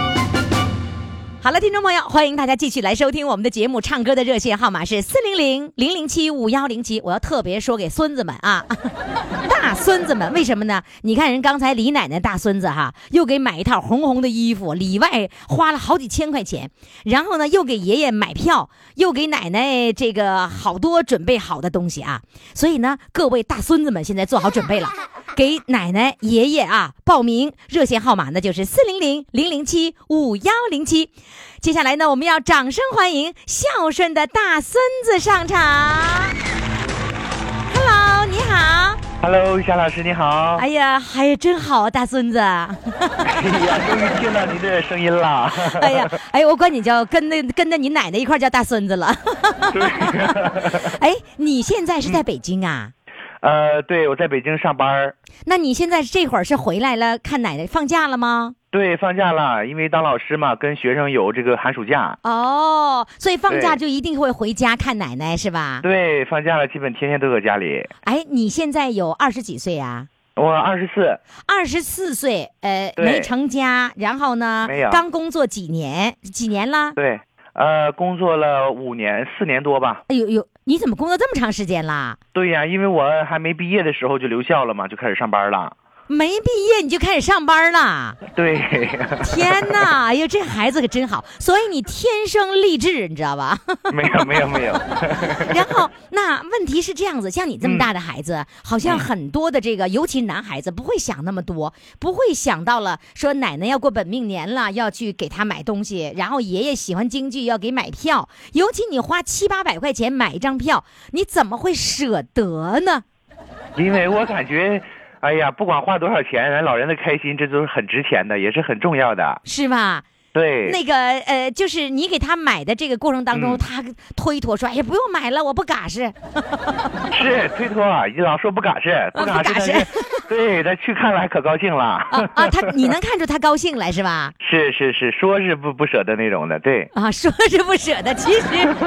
C: 好了，听众朋友，欢迎大家继续来收听我们的节目。唱歌的热线号码是四零零零零七五幺零七。我要特别说给孙子们啊， 大孙子们，为什么呢？你看人刚才李奶奶大孙子哈，又给买一套红红的衣服，里外花了好几千块钱，然后呢又给爷爷买票，又给奶奶这个好多准备好的东西啊。所以呢，各位大孙子们现在做好准备了，给奶奶、爷爷啊报名热线号码呢就是四零零零零七五幺零七。接下来呢，我们要掌声欢迎孝顺的大孙子上场。Hello，你好。
K: Hello，夏老师你好。
C: 哎呀，哎呀，真好啊，大孙 子。
K: 哎呀，终于听到您的声音了。
C: 哎呀，哎，我管你叫跟那跟着你奶奶一块儿叫大孙子了。 哎，你现在是在北京啊？
K: 呃，对，我在北京上班儿
C: 那你现在这会儿是回来了，看奶奶放假了吗？
K: 对，放假了，因为当老师嘛，跟学生有这个寒暑假。
C: 哦，所以放假
K: 对
C: 就一定会回家看奶奶是吧？
K: 对，放假了，基本天天都搁家里。
C: 哎，你现在有二十几岁啊？
K: 我二十四，
C: 二十四岁，呃，
K: 对
C: 没成家，然后呢
K: 没有，
C: 刚工作几年，几年啦？
K: 对，呃，工作了五年，四年多吧。
C: 哎呦呦，你怎么工作这么长时间啦？
K: 对呀，因为我还没毕业的时候就留校了嘛，就开始上班了。
C: 没毕业你就开始上班了，
K: 对，
C: 天哪！哎呦，这孩子可真好，所以你天生丽质，你知道 吧？
K: 没有没有没有，
C: 然后，那问题是这样子，像你
K: 嗯
C: 这么大的孩子，好像很多的这个，尤其男孩子不会想那么多，不会想到了说奶奶要过本命年了，要去给他买东西，然后爷爷喜欢京剧要给买票，尤其你花七八百块钱买一张票，你怎么会舍得呢？
K: 因为我感觉，哎呀，不管花多少钱，咱老人的开心，这都是很值钱的，也是很重要的。
C: 是吧？
K: 对，
C: 那个呃，就是你给他买的这个过程当中，
K: 嗯
C: 他推脱说：“哎呀，不用买了，我不嘎是。
K: 是推脱，啊，你老说不嘎是，不嘎
C: 哦不嘎
K: 是，但是 对，咱去看了还可高兴了。
C: 啊啊，他你能看出他高兴来是吧？
K: 是是是，说是不不舍得那种的，对，
C: 啊，说是不舍得，其实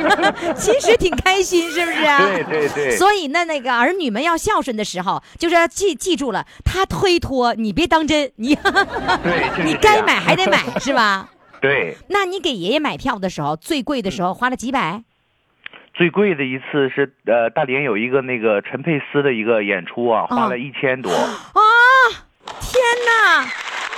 C: 其实挺开心，是不是、啊？
K: 对对对，
C: 所以那那个儿女们要孝顺的时候，就是要记记住了，他推脱你别当真，你
K: 对就是
C: 你
K: 这
C: 该
K: 样
C: 买还得 买，是吧？
K: 对，
C: 那你给爷爷买票的时候，最贵的时候花了几百？
K: 最贵的一次是呃，大连有一个那个陈佩斯的一个演出啊，
C: 哦
K: 花了一千多，
C: 啊，天哪！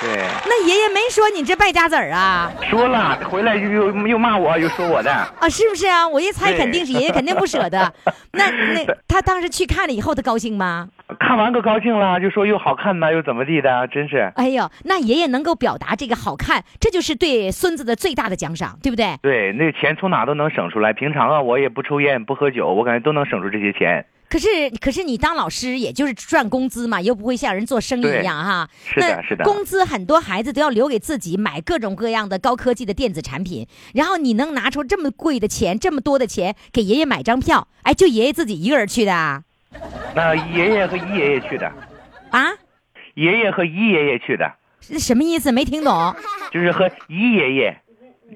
K: 对，
C: 那爷爷没说你这败家子儿啊？
K: 说了回来又又又骂我，又说我的，
C: 啊，是不是啊？我一猜
K: 对
C: 肯定是爷爷肯定不舍得。那那他当时去看了以后，他高兴吗？
K: 看完可高兴了，就说又好看呐，又怎么地的，真是，
C: 哎呦，那爷爷能够表达这个好看，这就是对孙子的最大的奖赏，对不对？
K: 对，那钱从哪都能省出来。平常啊，我也不抽烟不喝酒，我感觉都能省出这些钱。
C: 可是，可是你当老师也就是赚工资嘛，又不会像人做生意
K: 对
C: 一样哈。
K: 是的
C: 那
K: 是的
C: 工资很多孩子都要留给自己，买各种各样的高科技的电子产品。然后你能拿出这么贵的钱，这么多的钱给爷爷买张票，哎，就爷爷自己一个人去的啊？
K: 那爷爷和姨爷爷去的，
C: 啊，
K: 爷爷和姨爷爷去的，
C: 是什么意思？没听懂。
K: 就是和姨爷爷，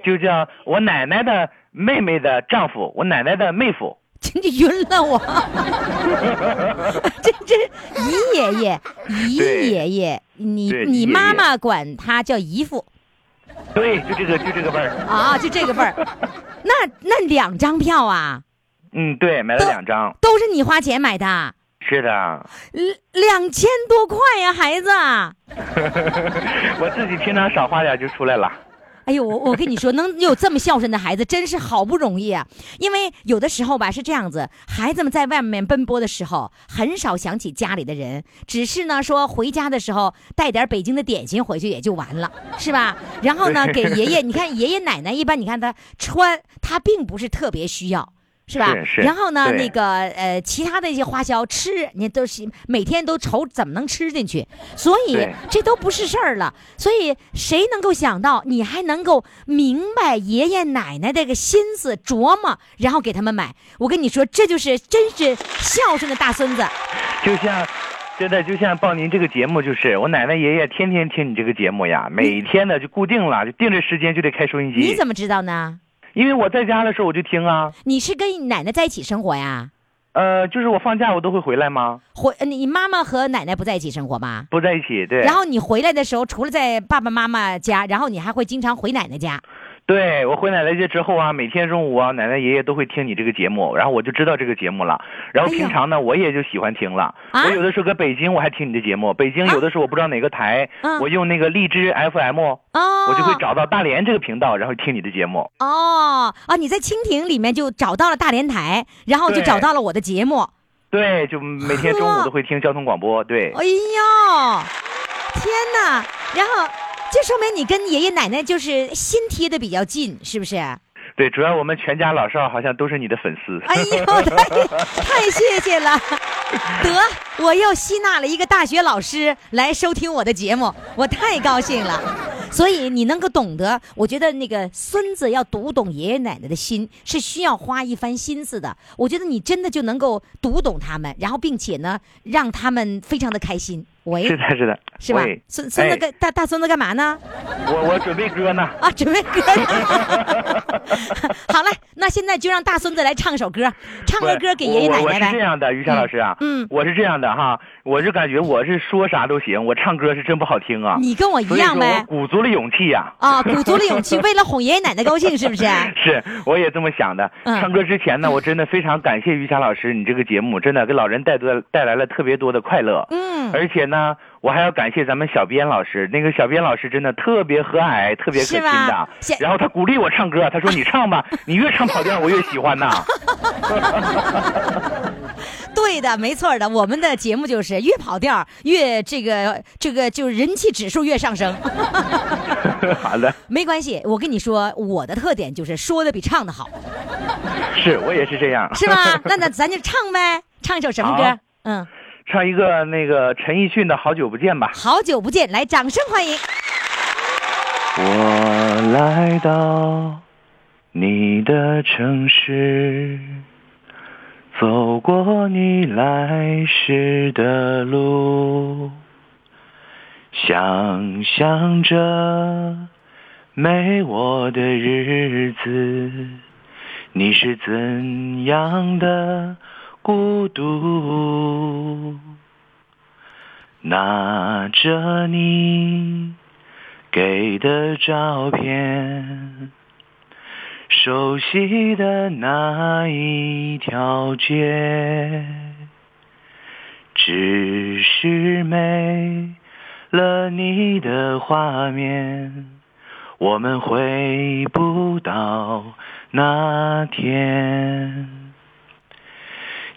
K: 就叫我奶奶的妹妹的丈夫，我奶奶的妹夫。
C: 真就晕了 我，这这姨爷爷，姨
K: 对
C: 爷爷，你
K: 对姨
C: 你
K: 爷爷
C: 妈妈管他叫姨父
K: 对，就这个就这个味儿。
C: 啊，就这个辈 儿。那那两张票啊，
K: 嗯，对，买了两张。
C: 都是你花钱买的，
K: 是的，
C: 两两千多块呀、孩子。
K: 我自己平常少花点就出来了。
C: 哎呦，我我跟你说，能有这么孝顺的孩子，真是好不容易啊！因为有的时候吧是这样子，孩子们在外面奔波的时候，很少想起家里的人，只是呢说回家的时候带点北京的点心回去也就完了，是吧？然后呢，给爷爷，你看爷爷奶奶一般，你看他穿，他并不是特别需要。是吧？
K: 是是
C: 然后呢，
K: 对
C: 那个呃，其他的一些花销吃，你都是每天都愁怎么能吃进去，所以
K: 对
C: 这都不是事儿了。所以谁能够想到你还能够明白爷爷奶奶这个心思琢磨，然后给他们买？我跟你说，这就是真是孝顺的大孙子。
K: 就像，真的就像报您这个节目，就是我奶奶爷爷天天听你这个节目呀，每天的就固定了，就定着时间就得开收音机。
C: 你怎么知道呢？
K: 因为我在家的时候我就听啊，
C: 你是跟你奶奶在一起生活呀？
K: 呃，就是我放假我都会回来吗？
C: 回呃你妈妈和奶奶不在一起生活吗？
K: 不在一起，对。
C: 然后你回来的时候，除了在爸爸妈妈家，然后你还会经常回奶奶家。
K: 对我回奶奶家之后啊，每天中午啊，奶奶爷爷都会听你这个节目，然后我就知道这个节目了。然后
C: 哎呀
K: 平常呢，我也就喜欢听了。
C: 啊
K: 我有的时候搁北京我还听你的节目，北京有的时候我不知道哪个台，
C: 嗯
K: 我用那个荔枝 FM，、
C: 哦，
K: 我就会找到大连这个频道，然后听你的节目。
C: 哦啊！你在蜻蜓里面就找到了大连台，然后就
K: 对
C: 找到了我的节目。
K: 对，就每天中午都会听交通广播。对，
C: 哎呦，天哪！然后这说明你跟爷爷奶奶就是心贴的比较近，是不是？哎
K: 对，主要我们全家老少好像都是你的粉丝。
C: 呦，太太谢谢了！得，我又吸纳了一个大学老师来收听我的节目，我太高兴了。所以你能够懂得，我觉得那个孙子要读懂爷爷奶奶的心，是需要花一番心思的。我觉得你真的就能够读懂他们，然后并且呢，让他们非常的开心。喂，
K: 是的，是的，
C: 是吧
K: 喂？
C: 孙孙子
K: 哎
C: 干、大大孙子干嘛呢？
K: 我我准备歌呢。
C: 啊，准备歌呢。好嘞，那现在就让大孙子来唱首歌，唱
K: 不
C: 个
K: 是
C: 歌给爷爷奶奶
K: 我我是这
C: 呗。
K: 样的，于谦老师啊，
C: 嗯嗯
K: 我是这样的哈，我就感觉我是说啥都行，我唱歌是真不好听啊。
C: 你跟我一
K: 所以
C: 样
K: 说我
C: 呗。
K: 鼓足了勇气呀、
C: 啊，鼓足了勇气，为了哄爷爷奶奶高兴， 是不是？
K: 是，我也这么想的。
C: 哎嗯
K: 唱歌之前呢，我真的非常感谢于谦老师，你这个节目真的给老人带多带来了特别多的快乐。
C: 嗯，
K: 而且呢，
L: 我还要感谢咱们小编老师，那个小编老师真的特别和蔼，特别可亲
C: 是吧
L: 的
C: 谢。
L: 然后他鼓励我唱歌，他说你唱吧，你越唱跑调我越喜欢呐。
C: 对的，没错的。我们的节目就是越跑调儿越这个这个就是人气指数越上升。
L: 好的，
C: 没关系，我跟你说，我的特点就是说的比唱的好，
L: 是我也是这样。
C: 是 吧？那那咱就唱呗，唱一首什么
L: 好
C: 歌？嗯，
L: 唱一个那个陈奕迅的《好久不见》吧。
C: 好久不见，来，掌声欢迎。
L: 我来到你的城市，走过你来时的路，想象着没我的日子，你是怎样的孤独？拿着你。给的照片，熟悉的那一条街，只是没了你的画面，我们回不到那天。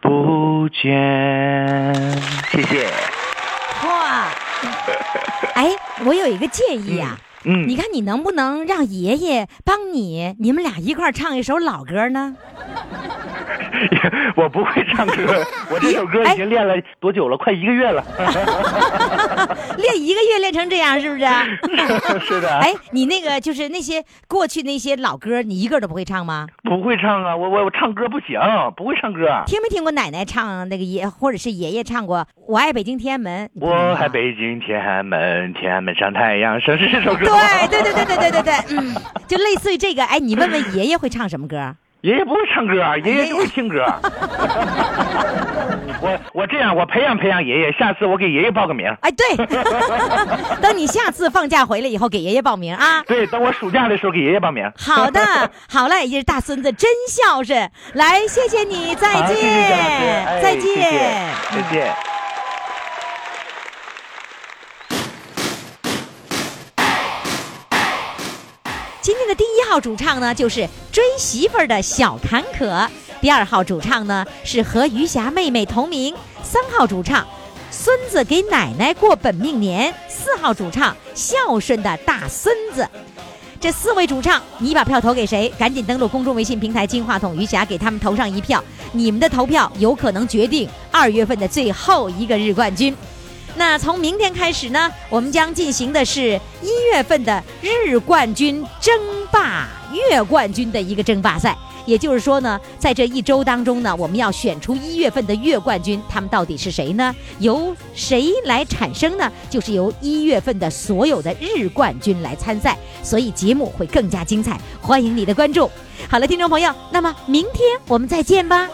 L: 不见。谢谢。
C: 哇，哎，我有一个建议啊，
L: 嗯
C: 你看你能不能让爷爷帮你，你们俩一块儿唱一首老歌呢？
L: 我不会 唱歌，我这首歌已经练了
C: 哎
L: 多久了？快一个月了。
C: 练一个月练成这样，是不是？
L: 是的，
C: 哎，你那个就是那些过去那些老歌，你一个都不会唱吗？
L: 不会唱啊，我我我唱歌不行，不会唱歌。啊
C: 听没听过奶奶唱那个爷，或者是爷爷唱过《我爱北京天安门》？你不知道
L: 我
C: 吗
L: 爱北京天安门，天安门上太阳升，是这首歌吗？
C: 对对对对对对对对，嗯，就类似于这个。哎，你问问爷爷会唱什么歌？
L: 爷爷不会唱歌，啊
C: 哎
L: 爷爷就会听 歌。我我这样，我培养培养爷爷，下次我给爷爷报个名。
C: 哎，对， 等你下次放假回来以后，给爷爷报名啊。
L: 对，等我暑假的时候给爷爷报名。
C: 好的，好嘞，也是大孙子真孝顺。来，谢谢你，再
L: 好
C: 见，
L: 谢谢张老师哎
C: 再
L: 谢谢
C: 见。
L: 再见。
C: 今天的第一号主唱呢，就是追媳妇儿的小坎可；第二号主唱呢是和余霞妹妹同名；三号主唱孙子给奶奶过本命年；四号主唱孝顺的大孙子。这四位主唱，你把票投给谁？赶紧登录公众微信平台“金话筒余霞”，给他们投上一票。你们的投票有可能决定二月份的最后一个日冠军。那从明天开始呢，我们将进行的是一月份的日冠军争霸、月冠军的一个争霸赛。也就是说呢，在这一周当中呢，我们要选出一月份的月冠军，他们到底是谁呢？由谁来产生呢？就是由一月份的所有的日冠军来参赛，所以节目会更加精彩，欢迎你的关注。好了，听众朋友，那么明天我们再见吧。